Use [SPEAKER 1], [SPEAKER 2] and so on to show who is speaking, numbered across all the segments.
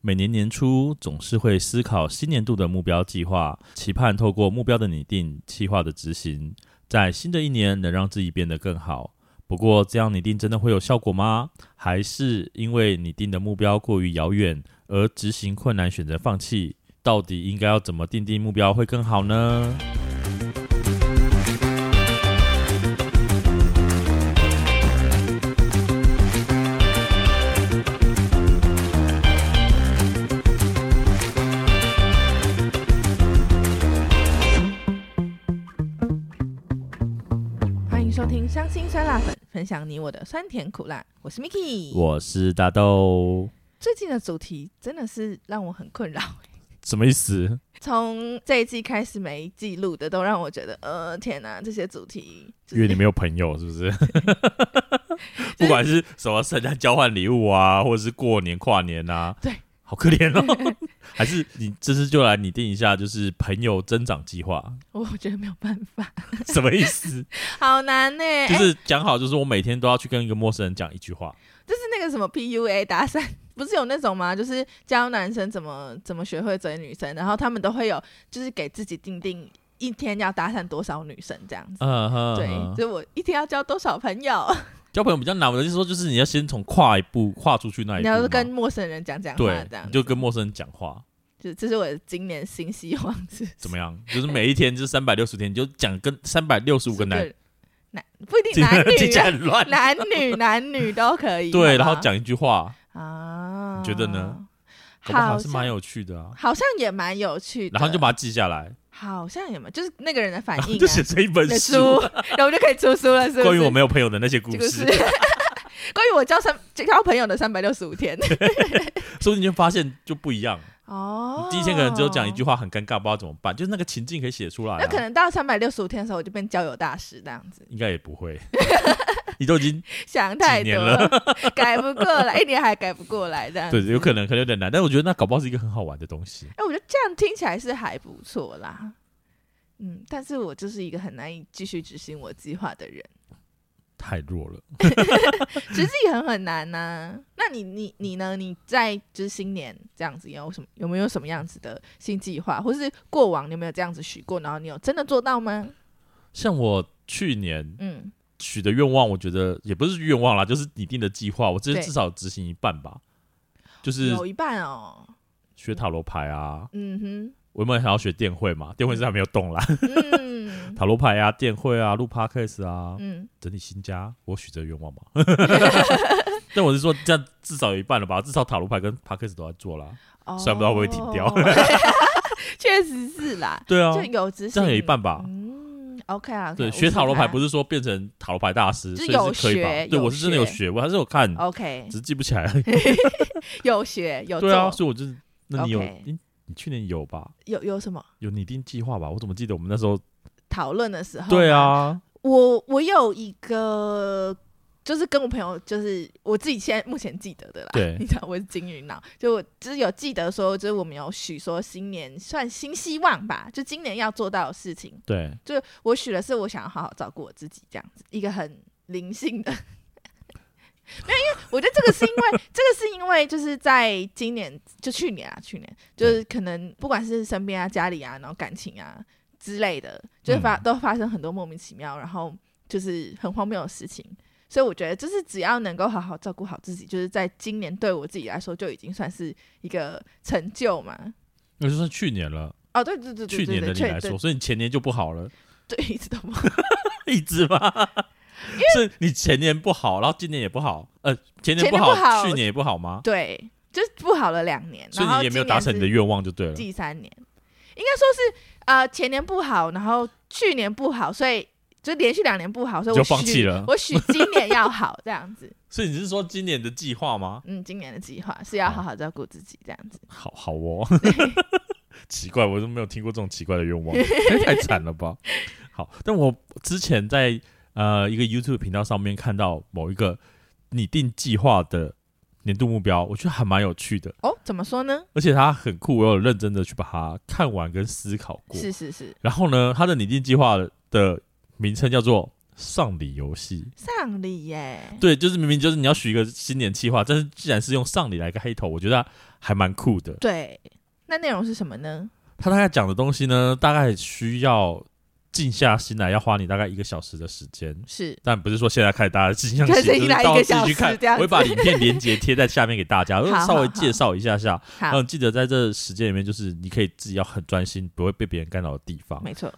[SPEAKER 1] 每年年初总是会思考新年度的目标计划，期盼透过目标的拟定、计划的执行，在新的一年能让自己变得更好。不过，这样拟定真的会有效果吗？还是因为拟定的目标过于遥远，而执行困难，选择放弃？到底应该要怎么定定目标会更好呢？
[SPEAKER 2] 欢迎收听《伤心酸辣粉》，分享你我的酸甜苦辣。我是 Miki。
[SPEAKER 1] 我是大豆，
[SPEAKER 2] 最近的主题真的是让我很困扰。
[SPEAKER 1] 什么意思？
[SPEAKER 2] 从这一季开始，每一季录的都让我觉得，呃，天哪，这些主题、就
[SPEAKER 1] 因
[SPEAKER 2] 是
[SPEAKER 1] 为你没有朋友，是不是？ 不管是什么圣诞交换礼物啊，或者是过年跨年啊，
[SPEAKER 2] 对，
[SPEAKER 1] 好可怜哦。 还是你这次就来拟定一下，就是朋友增长计划，
[SPEAKER 2] 我觉得没有办法，
[SPEAKER 1] 什么意思？
[SPEAKER 2] 好难呢、
[SPEAKER 1] 就
[SPEAKER 2] 哎
[SPEAKER 1] 是讲好，就是我每天都要去跟一个陌生人讲一句话。
[SPEAKER 2] 就是那个什么 PUA 搭讪，不是有那种吗？就是教男生怎么怎么学会追女生，然后他们都会有，就是给自己定定一天要搭讪多少女生这样子。
[SPEAKER 1] 嗯哼
[SPEAKER 2] 对，所以我一天要交多少朋友？
[SPEAKER 1] 交朋友比较难，我的意思说就是你要先从跨一步跨出去那一步
[SPEAKER 2] 你
[SPEAKER 1] 嘛，
[SPEAKER 2] 要是跟陌生人讲讲话，
[SPEAKER 1] 对
[SPEAKER 2] 这，样
[SPEAKER 1] 你就跟陌生人讲话，
[SPEAKER 2] 就这是我的今年新希望是
[SPEAKER 1] 怎么样？就是每一天就是三百六十天，你就讲跟三百六十 五个男，
[SPEAKER 2] 男不一定
[SPEAKER 1] 听
[SPEAKER 2] 男
[SPEAKER 1] 听
[SPEAKER 2] 女
[SPEAKER 1] 起来
[SPEAKER 2] 啊，
[SPEAKER 1] 很乱。
[SPEAKER 2] 男女男女都可以。
[SPEAKER 1] 对，
[SPEAKER 2] 好
[SPEAKER 1] 然
[SPEAKER 2] 不好
[SPEAKER 1] 后讲一句话，
[SPEAKER 2] 啊，
[SPEAKER 1] 你觉得呢？搞不好
[SPEAKER 2] 好
[SPEAKER 1] 是蛮
[SPEAKER 2] 像
[SPEAKER 1] 有趣的啊。
[SPEAKER 2] 好像也蛮有趣的，
[SPEAKER 1] 然后你就把它记下来，
[SPEAKER 2] 好像也蛮就是那个人的反
[SPEAKER 1] 然后
[SPEAKER 2] 应、
[SPEAKER 1] 就
[SPEAKER 2] 啊，
[SPEAKER 1] 写成一本
[SPEAKER 2] 的 书，然后我们就可以出书了，是不是？
[SPEAKER 1] 关于我没有朋友的那些故
[SPEAKER 2] 这个是
[SPEAKER 1] 事。
[SPEAKER 2] 关于我交三交朋友的三百六十 五天
[SPEAKER 1] 说不定就发现就不一 样。
[SPEAKER 2] 哦
[SPEAKER 1] 你第一天可能只有讲一句，话，很尴尬，不知道怎么办，就是那个情境可以写出来啊。
[SPEAKER 2] 那可能到三百六十五天的时候，我就变交友大师这样子，
[SPEAKER 1] 应该也不会， 你都已 经
[SPEAKER 2] 想太
[SPEAKER 1] 几
[SPEAKER 2] 多
[SPEAKER 1] 年了，
[SPEAKER 2] 改不过 来，一年还改不过来这样子。
[SPEAKER 1] 对，有可能可能有点难，但我觉得那搞不好是一个很好玩的东西。
[SPEAKER 2] 哎、我觉得这样听起来是还不错啦。嗯，但是我就是一个很难以继续执行我计划 的人，
[SPEAKER 1] 太弱了，
[SPEAKER 2] 执行也很很难呐、那你你你呢？你在就是新年这样子有什么有没有什么样子的新计划，或是过往你有没有这样子许过？然后你有真的做到吗？
[SPEAKER 1] 像我去年
[SPEAKER 2] 嗯，
[SPEAKER 1] 许的愿望，我觉得也不是愿望啦，就是拟定的计划，我这
[SPEAKER 2] 对
[SPEAKER 1] 至少执行一半吧。就是
[SPEAKER 2] 有一半哦。
[SPEAKER 1] 学塔罗牌啊，
[SPEAKER 2] 嗯
[SPEAKER 1] 我原本想要学电绘嘛，电绘是还没有动啦，
[SPEAKER 2] 哼，嗯
[SPEAKER 1] 塔罗牌啊，电绘啊，录 podcast 啊，
[SPEAKER 2] 嗯，
[SPEAKER 1] 整理新家，我许这个愿望嘛。 但我是说，这样至少有一半了吧？至少塔罗牌跟 podcast 都在做啦。
[SPEAKER 2] 哦，
[SPEAKER 1] 虽然不知道会不会停掉，
[SPEAKER 2] 确实是啦，
[SPEAKER 1] 对啊
[SPEAKER 2] 就，有执行，
[SPEAKER 1] 这样有一半吧。
[SPEAKER 2] 嗯，OK 啊，
[SPEAKER 1] 对，学塔罗牌不
[SPEAKER 2] 是
[SPEAKER 1] 是说变成塔罗牌大师，所
[SPEAKER 2] 就
[SPEAKER 1] 以
[SPEAKER 2] 是
[SPEAKER 1] 是可以吧
[SPEAKER 2] 有学？
[SPEAKER 1] 对，
[SPEAKER 2] 有
[SPEAKER 1] 我是真的有学，我还是有看，
[SPEAKER 2] OK，
[SPEAKER 1] 只是记不起 来而已。
[SPEAKER 2] 有学有
[SPEAKER 1] 对啊，
[SPEAKER 2] 做，
[SPEAKER 1] 所以我就是，那你有
[SPEAKER 2] OK
[SPEAKER 1] 你你去年有吧？
[SPEAKER 2] 有有什么
[SPEAKER 1] 有拟定计划吧？我怎么记得我们那时
[SPEAKER 2] 哦
[SPEAKER 1] 候？
[SPEAKER 2] 讨论的时候，
[SPEAKER 1] 对，啊，
[SPEAKER 2] 我我有一个。就是跟我朋友，就是我自己现在目前记得的啦。
[SPEAKER 1] 对
[SPEAKER 2] 你知道我是金鱼脑，就我就是有记得说，就是我们有许说新年算新希望吧，就今年要做到的事情。
[SPEAKER 1] 对，
[SPEAKER 2] 就我许的是我想要好好照顾我自己，这样子一个很灵性的。没有，因为我觉得这个是因为这个是因为就是在今年就去年啊，去年就是可能不管是身边啊、家里啊，然后感情啊之类的，就是发、
[SPEAKER 1] 嗯
[SPEAKER 2] 都发生很多莫名其妙，然后就是很荒谬的事情。所以我觉得，就是只要能够好好照顾好自己，就是在今年对我自己来说就已经算是一个成就嘛。
[SPEAKER 1] 那就算去年了，
[SPEAKER 2] 哦，对对对对，
[SPEAKER 1] 去年的
[SPEAKER 2] 对
[SPEAKER 1] 你
[SPEAKER 2] 对
[SPEAKER 1] 来
[SPEAKER 2] 对
[SPEAKER 1] 说，所以你前年就不好了，
[SPEAKER 2] 对，一直都不
[SPEAKER 1] 一直吗？是你前年不好，然后今年也不好，呃，前年
[SPEAKER 2] 前
[SPEAKER 1] 不
[SPEAKER 2] 年
[SPEAKER 1] 好，
[SPEAKER 2] 不好
[SPEAKER 1] 去年也不好吗？
[SPEAKER 2] 对，就是不好了两年，
[SPEAKER 1] 所以
[SPEAKER 2] 然
[SPEAKER 1] 你
[SPEAKER 2] 后
[SPEAKER 1] 也没有
[SPEAKER 2] 今
[SPEAKER 1] 达
[SPEAKER 2] 年
[SPEAKER 1] 成你的
[SPEAKER 2] 是
[SPEAKER 1] 愿望就对了。
[SPEAKER 2] 第三年，应该说是呃前年不好，然后去年不好，所以就连续两年不好，所以
[SPEAKER 1] 就
[SPEAKER 2] 我
[SPEAKER 1] 放弃
[SPEAKER 2] 许
[SPEAKER 1] 了
[SPEAKER 2] 我许今年要好这样子，
[SPEAKER 1] 所以你是说今年的计划吗？
[SPEAKER 2] 嗯，今年的计划是要好好照顾自己这样子。
[SPEAKER 1] 好好哦， 奇怪，我都没有听过这种奇怪的愿 望，太惨了吧？好，但我之前在呃一个 YouTube 频道上面看到某一个拟定计划的年度目标，我觉得还蛮有趣的，
[SPEAKER 2] 哦，怎么说呢？
[SPEAKER 1] 而且它很酷，我有认真的去把它看完跟思考过。
[SPEAKER 2] 是是是，
[SPEAKER 1] 然后呢，它的拟定计划的名称叫做丧礼游戏。
[SPEAKER 2] 丧礼耶，
[SPEAKER 1] 对，就是明明就是你要许一个新年计划，但是既然是用丧礼来个黑头，我觉得还蛮酷的。
[SPEAKER 2] 对，那内容是什么呢？
[SPEAKER 1] 他大概讲的东西呢，大概需要静下心来，要花你大概一个小时的时间。
[SPEAKER 2] 是
[SPEAKER 1] 但不是说现在开始大家静下心，
[SPEAKER 2] 开始
[SPEAKER 1] 就是
[SPEAKER 2] 一来一
[SPEAKER 1] 到
[SPEAKER 2] 个
[SPEAKER 1] 自己
[SPEAKER 2] 小
[SPEAKER 1] 去
[SPEAKER 2] 时
[SPEAKER 1] 看
[SPEAKER 2] 这样
[SPEAKER 1] 我会把影片连接贴在下面给大 家，呃
[SPEAKER 2] 好好
[SPEAKER 1] 稍微
[SPEAKER 2] 好
[SPEAKER 1] 介绍一下下。然
[SPEAKER 2] 好
[SPEAKER 1] 后，记得在这时间里面，就是你可以自己要很专心，不会被别人干扰的地方。
[SPEAKER 2] 没错，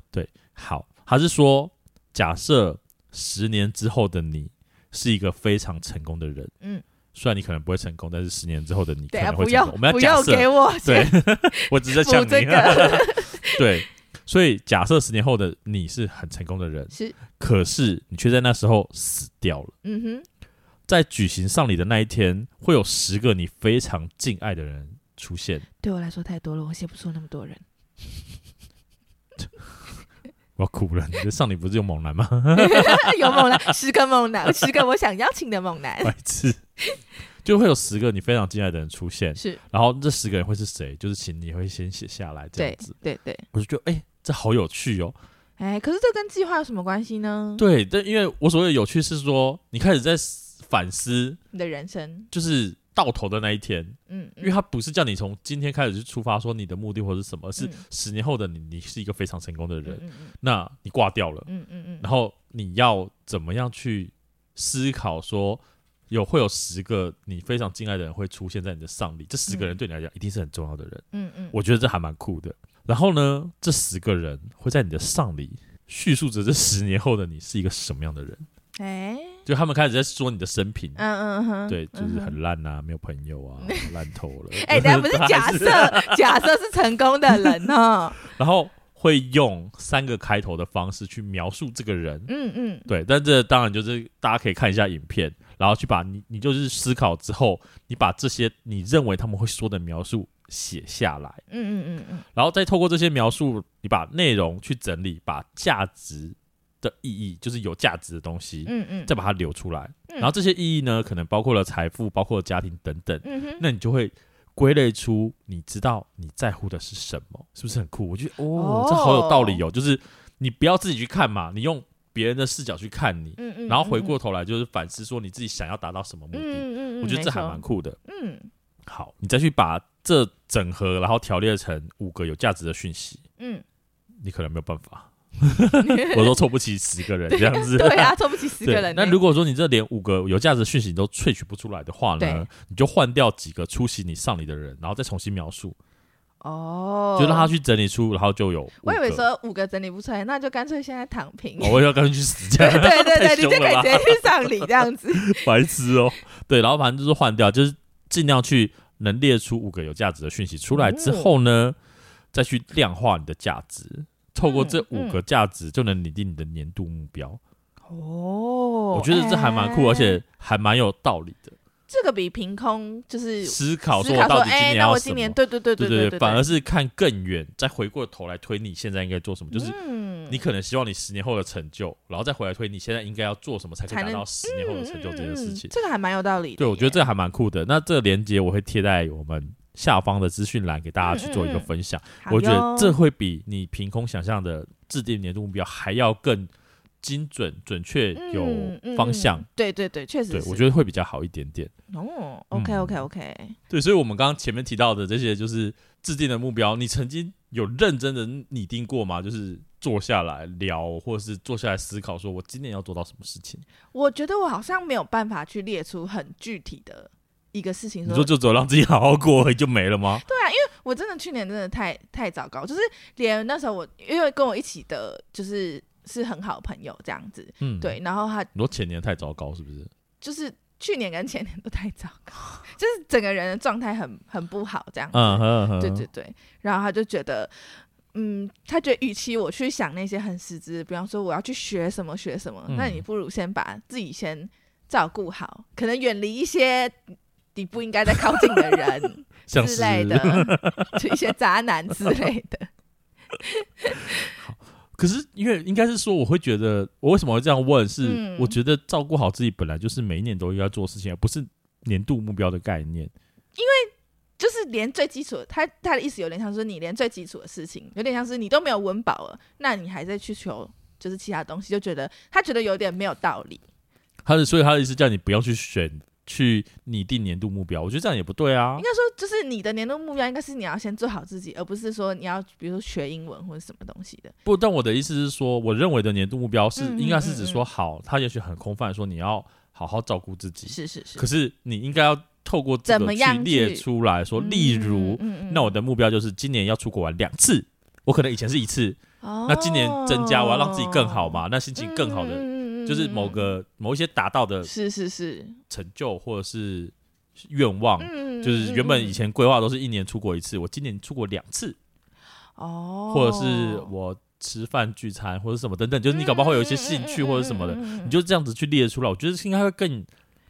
[SPEAKER 1] 好，他是说，假设十年之后的你是一个非常成功的人，
[SPEAKER 2] 嗯，
[SPEAKER 1] 虽然你可能不会成功，但是十年之后的你可
[SPEAKER 2] 对啊，
[SPEAKER 1] 能会
[SPEAKER 2] 不
[SPEAKER 1] 成
[SPEAKER 2] 要
[SPEAKER 1] 功。我们
[SPEAKER 2] 不
[SPEAKER 1] 假
[SPEAKER 2] 要
[SPEAKER 1] 设
[SPEAKER 2] 给，我
[SPEAKER 1] 对
[SPEAKER 2] 先，
[SPEAKER 1] 我只是
[SPEAKER 2] 补
[SPEAKER 1] 在讲
[SPEAKER 2] 这
[SPEAKER 1] 你，
[SPEAKER 2] 个
[SPEAKER 1] 对，所以假设十年后的你是很成功的人，
[SPEAKER 2] 是，
[SPEAKER 1] 可是你却在那时候死掉了。
[SPEAKER 2] 嗯哼，
[SPEAKER 1] 在举行丧礼的那一天，会有十个你非常敬爱的人出现。
[SPEAKER 2] 对我来说太多了，我写不出那么多人。
[SPEAKER 1] 我要哭了，你的丧礼不是用猛男吗？
[SPEAKER 2] 有猛男，十个猛男，十个我想邀请的猛 男，
[SPEAKER 1] 白痴，就会有十个你非常敬爱的人出现。
[SPEAKER 2] 是
[SPEAKER 1] 然后这十个人会是谁？就是请你会先写下来这样
[SPEAKER 2] 对
[SPEAKER 1] 子。
[SPEAKER 2] 对对。
[SPEAKER 1] 我就觉得，哎、这好有趣哦。
[SPEAKER 2] 哎，可是这跟计划有什么关系呢？
[SPEAKER 1] 对，但因为我所谓的有趣是说，你开始在思反思，
[SPEAKER 2] 你的人生，
[SPEAKER 1] 就是到头的那一天，
[SPEAKER 2] 嗯，
[SPEAKER 1] 因为他不是叫你从今天开始去出发，说你的目的或者是什么，是
[SPEAKER 2] 嗯
[SPEAKER 1] 十年后的你，你是一个非常成功的人，
[SPEAKER 2] 嗯嗯
[SPEAKER 1] 那你挂掉了，
[SPEAKER 2] 嗯嗯嗯，
[SPEAKER 1] 然后你要怎么样去思考说？有会有十个你非常敬爱的人会出现在你的丧礼，这十个人
[SPEAKER 2] 嗯
[SPEAKER 1] 对你来讲一定是很重要的人。
[SPEAKER 2] 嗯嗯，
[SPEAKER 1] 我觉得这还蛮酷的。然后呢，这十个人会在你的丧礼叙述着这十年后的你是一个什么样的人，
[SPEAKER 2] 哎，
[SPEAKER 1] 就他们开始在说你的生平，
[SPEAKER 2] 嗯嗯哼，
[SPEAKER 1] 对，就
[SPEAKER 2] 嗯
[SPEAKER 1] 是
[SPEAKER 2] 哼。
[SPEAKER 1] 很烂啊，没有朋友 啊，烂透了。
[SPEAKER 2] 哎，等下不是假
[SPEAKER 1] 还是
[SPEAKER 2] 设，假设是成功的 人哦。
[SPEAKER 1] 然后会用三个开头的方式去描述这个人，
[SPEAKER 2] 嗯嗯，
[SPEAKER 1] 对，但这当然就是大家可以看一下影片，然后去把你你就是思考之后，你把这些你认为他们会说的描述写下来。
[SPEAKER 2] 嗯嗯嗯嗯，
[SPEAKER 1] 然后再透过这些描述，你把内容去整理，把价值的意义，就是有价值的东西，
[SPEAKER 2] 嗯嗯，
[SPEAKER 1] 再把它留出来。
[SPEAKER 2] 嗯
[SPEAKER 1] 然后这些意义呢，可能包括了财富，包括了家庭等等。
[SPEAKER 2] 嗯哼，
[SPEAKER 1] 那你就会归类出你知道你在乎的是什么，是不是很酷？我觉得哦
[SPEAKER 2] 哦，
[SPEAKER 1] 这好有道理哦。就是你不要自己去看嘛，你用别人的视角去看你，
[SPEAKER 2] 嗯嗯，
[SPEAKER 1] 然后回过头来就是反思说你自己想要达到什么目的。
[SPEAKER 2] 嗯，嗯嗯嗯，
[SPEAKER 1] 我觉得这还
[SPEAKER 2] 没错
[SPEAKER 1] 蛮，酷的。
[SPEAKER 2] 嗯
[SPEAKER 1] 好，你再去把这整合，然后条列成五个有价值的讯息，
[SPEAKER 2] 嗯，
[SPEAKER 1] 你可能没有办 法。 我都凑不齐十个人这样子。
[SPEAKER 2] 对 啊，凑不齐十
[SPEAKER 1] 对
[SPEAKER 2] 个人呢。
[SPEAKER 1] 那如果说你这连五个有价值的讯息你都萃取不出来的话呢
[SPEAKER 2] 对，
[SPEAKER 1] 你就换掉几个出席你上礼的人，然后再重新描述，
[SPEAKER 2] 哦，
[SPEAKER 1] 就让他去整理出，然后就有。
[SPEAKER 2] 我以为，说五个整理不出来，那就干脆现在躺平。
[SPEAKER 1] 哦我要赶紧去死这样，
[SPEAKER 2] 对对对，
[SPEAKER 1] 太
[SPEAKER 2] 你
[SPEAKER 1] 凶
[SPEAKER 2] 就可以
[SPEAKER 1] 了
[SPEAKER 2] 直
[SPEAKER 1] 吧，
[SPEAKER 2] 接去上礼这样 子。
[SPEAKER 1] 白痴哦。 对，然后反正就是换掉，就是尽量去能列出五个有价值的讯息出来之后
[SPEAKER 2] 哦
[SPEAKER 1] 呢，再去量化你的价值。透过
[SPEAKER 2] 嗯
[SPEAKER 1] 这五个价值，就能拟定你的年度目标。
[SPEAKER 2] 哦，
[SPEAKER 1] 我觉得这还蛮酷，而
[SPEAKER 2] 哎
[SPEAKER 1] 且还蛮有道理的。
[SPEAKER 2] 这个比凭空就是
[SPEAKER 1] 思考
[SPEAKER 2] 思
[SPEAKER 1] 说我
[SPEAKER 2] 考
[SPEAKER 1] 到
[SPEAKER 2] 说，
[SPEAKER 1] 底今
[SPEAKER 2] 哎，
[SPEAKER 1] 年
[SPEAKER 2] 那
[SPEAKER 1] 要
[SPEAKER 2] 我
[SPEAKER 1] 什
[SPEAKER 2] 今
[SPEAKER 1] 么？
[SPEAKER 2] 年对对对对
[SPEAKER 1] 对
[SPEAKER 2] 对，
[SPEAKER 1] 反而是看更远，再回过头来推你现在应该做什么。就是
[SPEAKER 2] 嗯
[SPEAKER 1] 你可能希望你十年后的成就，然后再回来推你现在应该要做什么，才可以
[SPEAKER 2] 才
[SPEAKER 1] 达
[SPEAKER 2] 能
[SPEAKER 1] 到十年后的成就这件事情
[SPEAKER 2] 嗯。这个还蛮有道理的耶。
[SPEAKER 1] 对，我觉得这还蛮酷的。那这个连接我会贴在我们下方的资讯栏给大家去做一个分享。
[SPEAKER 2] 嗯好
[SPEAKER 1] 我觉得
[SPEAKER 2] 哟
[SPEAKER 1] 这会比你凭空想象的制定年度目标还要更精准、准确、
[SPEAKER 2] 嗯
[SPEAKER 1] 有
[SPEAKER 2] 嗯
[SPEAKER 1] 方
[SPEAKER 2] 嗯
[SPEAKER 1] 向。
[SPEAKER 2] 对对对，确实
[SPEAKER 1] 对，
[SPEAKER 2] 是
[SPEAKER 1] 我觉得嗯会比较好一点点。
[SPEAKER 2] 哦，OK OK OK，
[SPEAKER 1] 对，所以我们刚刚前面提到的这些，就是制定的目标，你曾经有认真的拟定过吗？就是坐下来聊，或者是坐下来思考，说我今年要做到什么事情？
[SPEAKER 2] 我觉得我好像没有办法去列出很具体的一个事情，
[SPEAKER 1] 你说就只有让自己好好过而已就没了吗？
[SPEAKER 2] 啊我真的去年真的太太糟糕，就是连那时候我因为跟我一起的，就是是很好的朋友这样子，
[SPEAKER 1] 嗯，。
[SPEAKER 2] 对，然后他
[SPEAKER 1] 你说前年太糟糕是不是？
[SPEAKER 2] 就是去年跟前年都太糟 糕，就是整个人的状态很很不好这样子，
[SPEAKER 1] 嗯哼哼，
[SPEAKER 2] 对对对，然后他就觉得。嗯，他觉得与其我去想那些很实质，比方说我要去学什么学什么，那
[SPEAKER 1] 嗯
[SPEAKER 2] 你不如先把自己先照顾好，可能远离一些你不应该再靠近的人，
[SPEAKER 1] 像是
[SPEAKER 2] 之类的。，就一些渣男之类的。
[SPEAKER 1] 可是因为应该是说，我会觉得我为什么会这样问是，
[SPEAKER 2] 嗯
[SPEAKER 1] 我觉得照顾好自己本来就是每一年都应该做的事情，而不是年度目标的概念。
[SPEAKER 2] 就是连最基础的，他他的意思有点像说，你连最基础的事情，有点像是你都没有温饱了，那你还在去求就是其他东西，就觉得他觉得有点没有道理。
[SPEAKER 1] 他的所以他的意思叫你不要去选去拟定年度目标，我觉得这样也不对啊
[SPEAKER 2] 应。该说，就是你的年度目标应该是你要先做好自己，而不是说你要比如说学英文或者什么东西的。
[SPEAKER 1] 不，但我的意思是说，我认为的年度目标是、
[SPEAKER 2] 嗯嗯
[SPEAKER 1] 应该是指
[SPEAKER 2] 嗯
[SPEAKER 1] 说
[SPEAKER 2] 嗯
[SPEAKER 1] 好，他也许很空泛，说你要好好照顾自己，
[SPEAKER 2] 是是是
[SPEAKER 1] 可，是你应该要透过这
[SPEAKER 2] 怎
[SPEAKER 1] 个
[SPEAKER 2] 么
[SPEAKER 1] 去
[SPEAKER 2] 样
[SPEAKER 1] 列
[SPEAKER 2] 去
[SPEAKER 1] 出来说，例如、
[SPEAKER 2] 嗯
[SPEAKER 1] 那我的目标就是今年要出国玩两次，我可能以前是一次，那
[SPEAKER 2] 那
[SPEAKER 1] 今年增加，我要让自己更好嘛，那心情更好的，
[SPEAKER 2] 哦嗯
[SPEAKER 1] 就是某。
[SPEAKER 2] 嗯嗯嗯嗯
[SPEAKER 1] 个某一些达到的
[SPEAKER 2] 是是是，
[SPEAKER 1] 成就或者是愿望，
[SPEAKER 2] 嗯
[SPEAKER 1] 就是原本以
[SPEAKER 2] 前
[SPEAKER 1] 前规划都是一年出国一次，我今年出国两次，
[SPEAKER 2] 哦，
[SPEAKER 1] 或者是我吃饭聚餐或者什么等等，
[SPEAKER 2] 嗯
[SPEAKER 1] 就是你搞不好会有一些兴趣或者什么的，
[SPEAKER 2] 的
[SPEAKER 1] 你就这样子去列出来，我觉得应该会更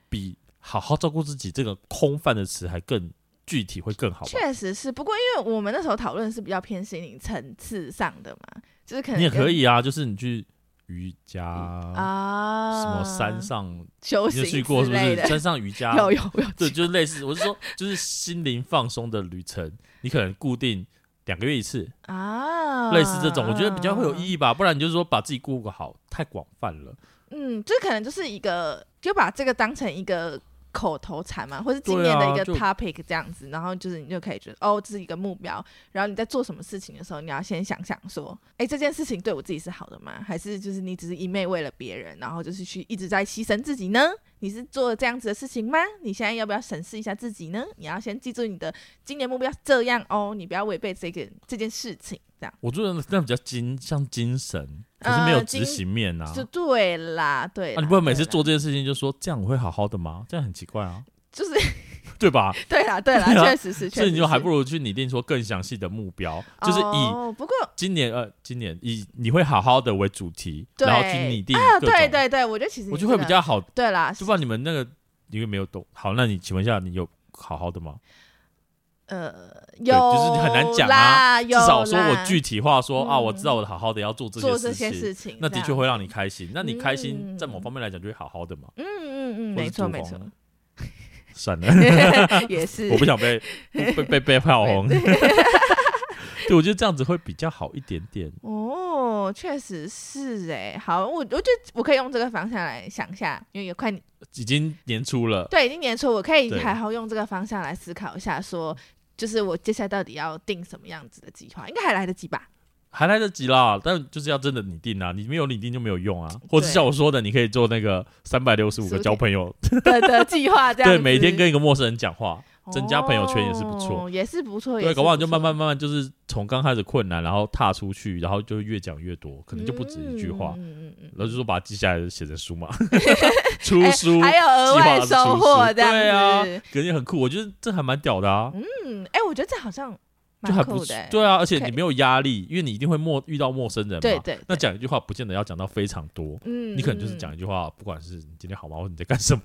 [SPEAKER 1] 比好好照顾自己这个空泛的词还更具体，会更好吧。
[SPEAKER 2] 确实是，不过因为我们那时候讨论是比较偏心灵层次上的嘛，就是可能
[SPEAKER 1] 你也可
[SPEAKER 2] 跟
[SPEAKER 1] 以啊，就是你去瑜伽、
[SPEAKER 2] 啊，
[SPEAKER 1] 什么山上，
[SPEAKER 2] 修
[SPEAKER 1] 你有
[SPEAKER 2] 啊行
[SPEAKER 1] 去过
[SPEAKER 2] 之
[SPEAKER 1] 是不
[SPEAKER 2] 类
[SPEAKER 1] 是？啊
[SPEAKER 2] 的，
[SPEAKER 1] 山上瑜 伽
[SPEAKER 2] 有有有，
[SPEAKER 1] 对，就是类似，我是说，就是心灵放松的旅程，你可能固定两个月一次，
[SPEAKER 2] 啊，
[SPEAKER 1] 类似这种，我觉得比较会有
[SPEAKER 2] 义。
[SPEAKER 1] 意义吧。不然你就是说把自己顾好，太广泛了。
[SPEAKER 2] 嗯，就可能就是一个，就把这个当成一个口头禅嘛，或是今
[SPEAKER 1] 对
[SPEAKER 2] 年的
[SPEAKER 1] 啊
[SPEAKER 2] 一个
[SPEAKER 1] 就
[SPEAKER 2] topic 这样子，然后就是你就可以觉得哦，这是一个目标，然后你在做什么事情的时候，你要先想想说，哎，这件事情对我自己是好的吗？还是就是你只是一昧为了别人，然后就是去一直在牺牲自己呢？你是做这样子的事情吗？你现在要不要审视一下自己呢？你要先记住你的今年目标是这样哦，你不要违背这个这件事情，这样。
[SPEAKER 1] 我觉得那比较精，像精神，可是没有
[SPEAKER 2] 呃
[SPEAKER 1] 执
[SPEAKER 2] 精
[SPEAKER 1] 行面呐、啊。
[SPEAKER 2] 就对啦，对
[SPEAKER 1] 啊，
[SPEAKER 2] 啦
[SPEAKER 1] 你不能每
[SPEAKER 2] 对
[SPEAKER 1] 次
[SPEAKER 2] 啦
[SPEAKER 1] 做这件事情就说这样我会好好的吗？这样很奇怪啊，
[SPEAKER 2] 就是
[SPEAKER 1] 对吧？
[SPEAKER 2] 对啦，对啦，
[SPEAKER 1] 对啊
[SPEAKER 2] 确实是，确
[SPEAKER 1] 所
[SPEAKER 2] 实
[SPEAKER 1] 以你就还不
[SPEAKER 2] 如
[SPEAKER 1] 如去拟定说更详细的目标，就是以
[SPEAKER 2] 哦，不过
[SPEAKER 1] 今年呃，今年以你会好好的为主题，
[SPEAKER 2] 对
[SPEAKER 1] 然后去拟定
[SPEAKER 2] 啊，
[SPEAKER 1] 各种，
[SPEAKER 2] 对对对，我觉得其实
[SPEAKER 1] 我
[SPEAKER 2] 你
[SPEAKER 1] 就会
[SPEAKER 2] 这
[SPEAKER 1] 比
[SPEAKER 2] 个
[SPEAKER 1] 较好。
[SPEAKER 2] 对啦，
[SPEAKER 1] 就不然你们那个因为没有懂，好，那你请问一下，你有好好的吗？
[SPEAKER 2] 呃，
[SPEAKER 1] 对
[SPEAKER 2] 有
[SPEAKER 1] 就是你很难讲啊
[SPEAKER 2] 啦，
[SPEAKER 1] 至
[SPEAKER 2] 有
[SPEAKER 1] 少说
[SPEAKER 2] 啦
[SPEAKER 1] 我具体化说啊，
[SPEAKER 2] 嗯
[SPEAKER 1] 我知道我好好的要做这
[SPEAKER 2] 做
[SPEAKER 1] 事
[SPEAKER 2] 这
[SPEAKER 1] 情，
[SPEAKER 2] 些事情，
[SPEAKER 1] 那的
[SPEAKER 2] 这
[SPEAKER 1] 确
[SPEAKER 2] 样
[SPEAKER 1] 会让你开心。那你开心，
[SPEAKER 2] 嗯
[SPEAKER 1] 在某方面来讲就会好好的嘛。
[SPEAKER 2] 嗯嗯嗯，
[SPEAKER 1] 或是
[SPEAKER 2] 没错
[SPEAKER 1] 朱
[SPEAKER 2] 没
[SPEAKER 1] 红
[SPEAKER 2] 错，
[SPEAKER 1] 算了，
[SPEAKER 2] 也是，
[SPEAKER 1] 我不想被被被被炮轰。 对，我觉得这样子会比较好一点点。
[SPEAKER 2] 哦，确实是哎、好，我我觉得我可以用这个方向来想一下，因为也快
[SPEAKER 1] 已经年初了，
[SPEAKER 2] 对，今年初我可以
[SPEAKER 1] 对
[SPEAKER 2] 还好用这个方向来思考一下说。就是我接下来到底要定什么样子的计划，应该还来得及吧？
[SPEAKER 1] 还来得及啦，但就是要真的拟定啊，你没有拟定就没有用啊。或者
[SPEAKER 2] 对
[SPEAKER 1] 像我说的，你可以做那个三百六十五个
[SPEAKER 2] 15
[SPEAKER 1] 交朋友，
[SPEAKER 2] 的的计划这样
[SPEAKER 1] 对，
[SPEAKER 2] 子
[SPEAKER 1] 每天跟一个陌生人讲话，增加朋友圈也是不错
[SPEAKER 2] 哦，也是不错。嗯也
[SPEAKER 1] 对，
[SPEAKER 2] 是
[SPEAKER 1] 搞不好你
[SPEAKER 2] 错啊
[SPEAKER 1] 就慢慢慢慢就是从刚开始困难，然后踏出去，然后就越讲越多，可能就不止一句话，
[SPEAKER 2] 嗯嗯嗯
[SPEAKER 1] 然后就说把它记下来，写成书嘛， 出
[SPEAKER 2] 哎
[SPEAKER 1] 书。
[SPEAKER 2] 嗯，还有额
[SPEAKER 1] 计划是
[SPEAKER 2] 外
[SPEAKER 1] 出
[SPEAKER 2] 收
[SPEAKER 1] 书
[SPEAKER 2] 获这样
[SPEAKER 1] 对啊
[SPEAKER 2] 子。，
[SPEAKER 1] 感觉很酷，我觉得这还蛮屌的啊，
[SPEAKER 2] 嗯，哎，我觉得这好像
[SPEAKER 1] 就
[SPEAKER 2] 蛮
[SPEAKER 1] 还不
[SPEAKER 2] 酷的欸。
[SPEAKER 1] 对啊，而且
[SPEAKER 2] 可以
[SPEAKER 1] 你没有压力，因为你一定会陌遇到陌生人嘛，
[SPEAKER 2] 对对，
[SPEAKER 1] 那
[SPEAKER 2] 对
[SPEAKER 1] 讲一句话不见得要讲到非常多，
[SPEAKER 2] 嗯，
[SPEAKER 1] 你可能就是
[SPEAKER 2] 嗯
[SPEAKER 1] 讲一句话，不管是你今天好吗，或者你在干什 么，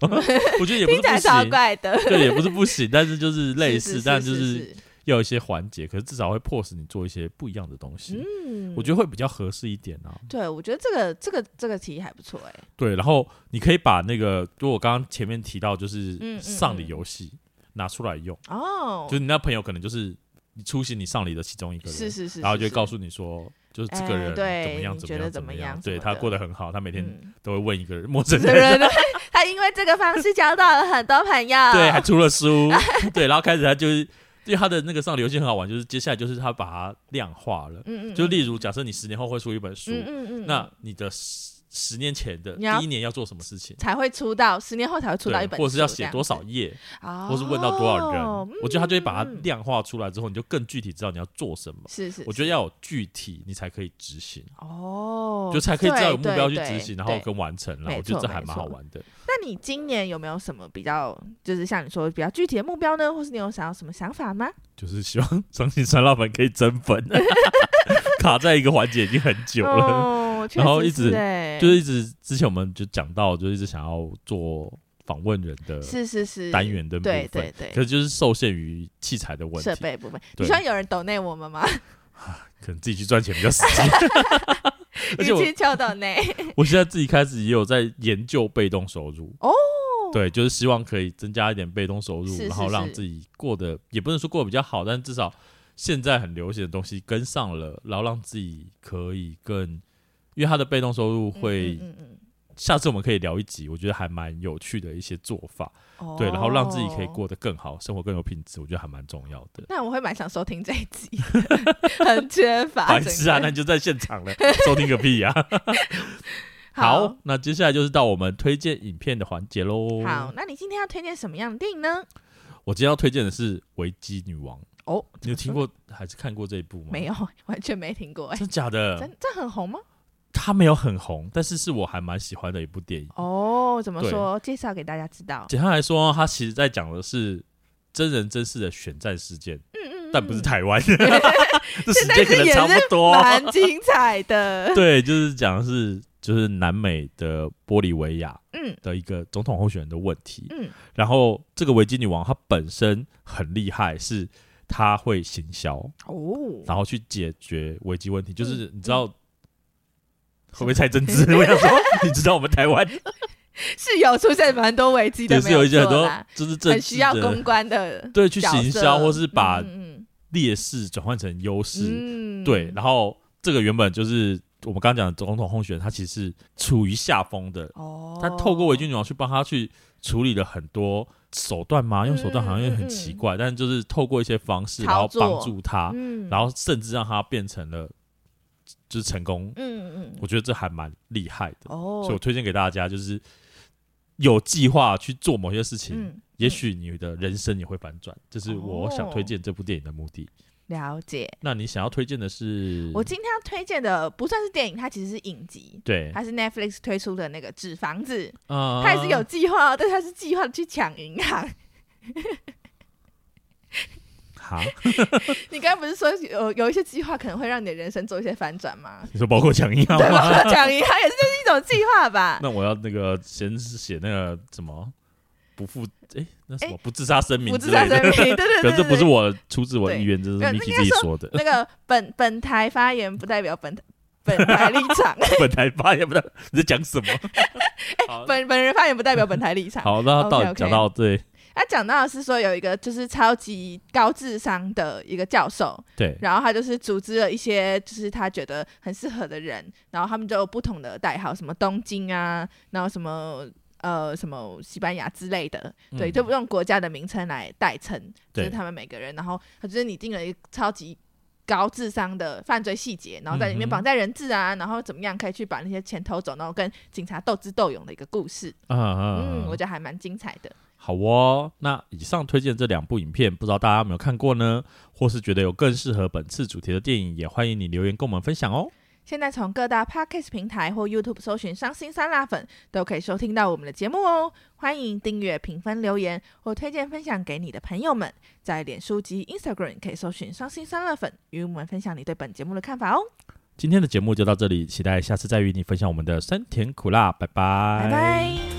[SPEAKER 1] 我觉得也不
[SPEAKER 2] 听
[SPEAKER 1] 是
[SPEAKER 2] 起来
[SPEAKER 1] 不
[SPEAKER 2] 超
[SPEAKER 1] 行，
[SPEAKER 2] 怪的，
[SPEAKER 1] 对，也不是不行，但是就是类 似，
[SPEAKER 2] 是是
[SPEAKER 1] 但
[SPEAKER 2] 是
[SPEAKER 1] 就是要有一些环节，可是至少会迫使你做一些不一样的东西，
[SPEAKER 2] 嗯，
[SPEAKER 1] 我觉得会比较合适一点啊。
[SPEAKER 2] 对，我觉得这个这个这个提议还不错哎。
[SPEAKER 1] 对，然后你可以把那个，就我刚刚前面提到，就
[SPEAKER 2] 嗯
[SPEAKER 1] 是
[SPEAKER 2] 嗯
[SPEAKER 1] 上礼
[SPEAKER 2] 嗯
[SPEAKER 1] 游戏拿出来用，
[SPEAKER 2] 哦，
[SPEAKER 1] 就是你那朋友可能就是你出席你上礼的其中一个人，
[SPEAKER 2] 是是是，
[SPEAKER 1] 然后就会
[SPEAKER 2] 是
[SPEAKER 1] 告诉你说。就是这个
[SPEAKER 2] 哎
[SPEAKER 1] 人怎
[SPEAKER 2] 对
[SPEAKER 1] 么样
[SPEAKER 2] 你
[SPEAKER 1] 怎
[SPEAKER 2] 觉
[SPEAKER 1] 么
[SPEAKER 2] 得
[SPEAKER 1] 样
[SPEAKER 2] 怎么
[SPEAKER 1] 么
[SPEAKER 2] 样
[SPEAKER 1] 样，
[SPEAKER 2] 什
[SPEAKER 1] 对
[SPEAKER 2] 么
[SPEAKER 1] 他
[SPEAKER 2] 的
[SPEAKER 1] 过得很好，他每天
[SPEAKER 2] 嗯
[SPEAKER 1] 都会问一个人陌生
[SPEAKER 2] 对
[SPEAKER 1] 人，
[SPEAKER 2] 对对，他因为这个方式交到了很多朋友，
[SPEAKER 1] 对，还出了书，对，然后开始他就是，对他的那个上流戏很好玩，就是接下来就是他把它量化了，
[SPEAKER 2] 嗯，嗯嗯，
[SPEAKER 1] 就例如假设你十年后会出一本书，
[SPEAKER 2] 嗯嗯嗯，
[SPEAKER 1] 那你的十十年前的
[SPEAKER 2] 你要
[SPEAKER 1] 第一年要做什么事情？
[SPEAKER 2] 才会出道，十年后才会出
[SPEAKER 1] 对，
[SPEAKER 2] 到一本书，
[SPEAKER 1] 或者是要写多少页，
[SPEAKER 2] 这样子，
[SPEAKER 1] 或是问到多少人，
[SPEAKER 2] 哦
[SPEAKER 1] 我觉得他就会把它
[SPEAKER 2] 嗯嗯嗯
[SPEAKER 1] 量化出来之后，你就更具体知道你要做什么。
[SPEAKER 2] 是是，
[SPEAKER 1] 我觉得要有具体，你才可以执行，
[SPEAKER 2] 是哦，
[SPEAKER 1] 就才可以知道有目标去
[SPEAKER 2] 对
[SPEAKER 1] 执行，然后。
[SPEAKER 2] 对对
[SPEAKER 1] 跟完成啦。
[SPEAKER 2] 没
[SPEAKER 1] 我觉得这
[SPEAKER 2] 错
[SPEAKER 1] 还
[SPEAKER 2] 没
[SPEAKER 1] 蛮好
[SPEAKER 2] 错
[SPEAKER 1] 玩的。
[SPEAKER 2] 那你今年有没有什么比较，就是像你说比较具体的目标呢？或是你有想要什么想法吗？
[SPEAKER 1] 就是希望伤心酸辣粉可以增 粉，卡在一个环节已经很久了，
[SPEAKER 2] 哦，
[SPEAKER 1] 然后
[SPEAKER 2] 确
[SPEAKER 1] 一
[SPEAKER 2] 实
[SPEAKER 1] 直
[SPEAKER 2] 是欸
[SPEAKER 1] 就是一直之前我们就讲到，就一直想要做访问人的
[SPEAKER 2] 是是是
[SPEAKER 1] 单，元的部分，
[SPEAKER 2] 对对
[SPEAKER 1] 可
[SPEAKER 2] 对，
[SPEAKER 1] 是就是受限于器材的问
[SPEAKER 2] 设
[SPEAKER 1] 题，
[SPEAKER 2] 备部分，
[SPEAKER 1] 对
[SPEAKER 2] 你希望有人抖内我们吗？
[SPEAKER 1] 可能自己去赚钱比较实际。 而且我
[SPEAKER 2] 与其求抖内，
[SPEAKER 1] 我现在自己开始也有在研究被动收入
[SPEAKER 2] 哦，
[SPEAKER 1] 对，就是希望可以增加一点被动收入，
[SPEAKER 2] 是是
[SPEAKER 1] 然后让
[SPEAKER 2] 是
[SPEAKER 1] 自己过得也不能说过得比较好，但至少现在很流行的东西跟上了，然后让自己可以更因为他的被动收入会，
[SPEAKER 2] 嗯嗯
[SPEAKER 1] 下次我们可以聊一集，我觉得还蛮有趣的一些做法，
[SPEAKER 2] 嗯
[SPEAKER 1] 对，然后让自己可以。
[SPEAKER 2] 哦
[SPEAKER 1] 过得更好，生活更有品质，我觉得还蛮重要的。
[SPEAKER 2] 那我会蛮想收听这一集， 很缺乏。
[SPEAKER 1] 白痴啊，那
[SPEAKER 2] 整个
[SPEAKER 1] 你就在现场了，收听个屁啊呀、好，那接下来就是到我们推荐影片的环节喽。
[SPEAKER 2] 好，，那你今天要推荐什么样的电影呢？
[SPEAKER 1] 我今天要推荐的是《维基女王》，
[SPEAKER 2] 哦，
[SPEAKER 1] 你有听过还是看过这一部吗？
[SPEAKER 2] 没，有， 完全没听过。哎，
[SPEAKER 1] 真假的？
[SPEAKER 2] 真这很红吗？
[SPEAKER 1] 它没有很红，但是是我还蛮喜欢的一部电影。
[SPEAKER 2] 哦，怎么
[SPEAKER 1] 对
[SPEAKER 2] 说？介绍给大家知道。
[SPEAKER 1] 简单来说，它其实在讲的是真人真事的选战事件，
[SPEAKER 2] 嗯嗯，
[SPEAKER 1] 但不是
[SPEAKER 2] 嗯
[SPEAKER 1] 台 湾，这时间可能差不多。
[SPEAKER 2] 蛮精彩 的。
[SPEAKER 1] 对，就是讲的是就是南美的玻利维亚
[SPEAKER 2] 嗯
[SPEAKER 1] 的一个总统候选人的问题。
[SPEAKER 2] 嗯，
[SPEAKER 1] 然后这个维基女王她本身很厉害，是她会行销，
[SPEAKER 2] 哦，
[SPEAKER 1] 然后去解决危机问题。
[SPEAKER 2] 嗯
[SPEAKER 1] 就是你知道、会不会
[SPEAKER 2] 是
[SPEAKER 1] 太政治？ 我想说，你知道我们台 湾
[SPEAKER 2] 是有出现蛮多危机的，
[SPEAKER 1] 也是有一些很
[SPEAKER 2] 没错
[SPEAKER 1] 多
[SPEAKER 2] 啦
[SPEAKER 1] 就是政
[SPEAKER 2] 很需
[SPEAKER 1] 治
[SPEAKER 2] 要
[SPEAKER 1] 的
[SPEAKER 2] 公，关的
[SPEAKER 1] 对，去
[SPEAKER 2] 角色
[SPEAKER 1] 行销或是把
[SPEAKER 2] 嗯
[SPEAKER 1] 劣势转换成优势，
[SPEAKER 2] 嗯
[SPEAKER 1] 对。
[SPEAKER 2] 嗯
[SPEAKER 1] 然后这个原本就是我们刚刚讲的总统候选人，他其实是处于下风的，
[SPEAKER 2] 哦，
[SPEAKER 1] 他透过维军女王去帮他去处理了很多手段
[SPEAKER 2] 嗯
[SPEAKER 1] 嘛，用手段好像也很奇怪，但就是透过一些方式，然后
[SPEAKER 2] 操作
[SPEAKER 1] 帮助他，
[SPEAKER 2] 嗯，
[SPEAKER 1] 然
[SPEAKER 2] 后
[SPEAKER 1] 后甚至让他变成了就是成功。
[SPEAKER 2] 嗯嗯
[SPEAKER 1] 我觉得这还蛮厉害的，所以我
[SPEAKER 2] 哦，
[SPEAKER 1] 推荐给大家，就是有计划去做某些事情，
[SPEAKER 2] 嗯，
[SPEAKER 1] 也许你的人生也会反转。这是我想推荐这部电影的目的。
[SPEAKER 2] 了解。
[SPEAKER 1] 那你想要推荐的是？
[SPEAKER 2] 哦我今天要推荐的不算是电影，它其实是影集。
[SPEAKER 1] 对，
[SPEAKER 2] 它是 Netflix 推出的那个《纸房子》，
[SPEAKER 1] 呃
[SPEAKER 2] 它也是有计划哦，但它是计划去抢银行。
[SPEAKER 1] 哈，
[SPEAKER 2] 你刚刚不是说有有一些计划可能会让你的人生做一些反转吗？
[SPEAKER 1] 你说包括讲啊银行
[SPEAKER 2] 对
[SPEAKER 1] 吗？
[SPEAKER 2] 吧？抢银行也是一种计划吧？
[SPEAKER 1] 那我要那个先写那个什么不负哎那什么
[SPEAKER 2] 哎
[SPEAKER 1] 不自杀声明
[SPEAKER 2] 不
[SPEAKER 1] 之
[SPEAKER 2] 自杀
[SPEAKER 1] 类
[SPEAKER 2] 声
[SPEAKER 1] 的
[SPEAKER 2] 明，，对对对
[SPEAKER 1] 可
[SPEAKER 2] 对
[SPEAKER 1] 是这不是
[SPEAKER 2] 对
[SPEAKER 1] 我出自我的
[SPEAKER 2] 对
[SPEAKER 1] 意愿，这是
[SPEAKER 2] 没有那
[SPEAKER 1] Miki
[SPEAKER 2] 应
[SPEAKER 1] 自
[SPEAKER 2] 该
[SPEAKER 1] 己
[SPEAKER 2] 说
[SPEAKER 1] 说的。
[SPEAKER 2] 那个本本台发言不代表本台本台立场，
[SPEAKER 1] 本台发言不知道你在讲什么。好
[SPEAKER 2] 本本人发言不代表本台立场。
[SPEAKER 1] 好，那到底
[SPEAKER 2] OK，OK
[SPEAKER 1] 讲到对
[SPEAKER 2] 他讲到的是说有一个就是超级高智商的一个教授，
[SPEAKER 1] 对
[SPEAKER 2] 然后他就是组织了一些就是他觉得很适合的人，然后他们就有不同的代号，什么东京啊，然后什么呃什么西班牙之类的，对，
[SPEAKER 1] 嗯
[SPEAKER 2] 就用国家的名称来代称，就
[SPEAKER 1] 对
[SPEAKER 2] 是他们每个人。然后他就是拟定了一个超级高智商的犯罪细节，然后在里面
[SPEAKER 1] 嗯哼
[SPEAKER 2] 绑架人质啊，然后怎么样可以去把那些钱偷走，然后跟警察斗智斗勇的一个故事。
[SPEAKER 1] 啊啊，
[SPEAKER 2] 嗯，
[SPEAKER 1] 嗯
[SPEAKER 2] 我觉得还蛮精彩的。
[SPEAKER 1] 好哦，那以上推荐这两部影片，不知道大家有没有看过呢？或是觉得有更适合本次主题的电影，也欢迎你留言跟我们分享哦。
[SPEAKER 2] 现在从各大 podcast 平台或 YouTube 搜寻“伤心酸辣粉”，都可以收听到我们的节目哦。欢迎订阅、评分、留言或推荐分享给你的朋友们。在脸书及 Instagram 可以搜寻“伤心酸辣粉”，与我们分享你对本节目的看法哦。
[SPEAKER 1] 今天的节目就到这里，期待下次再与你分享我们的酸甜苦辣，拜
[SPEAKER 2] 拜拜。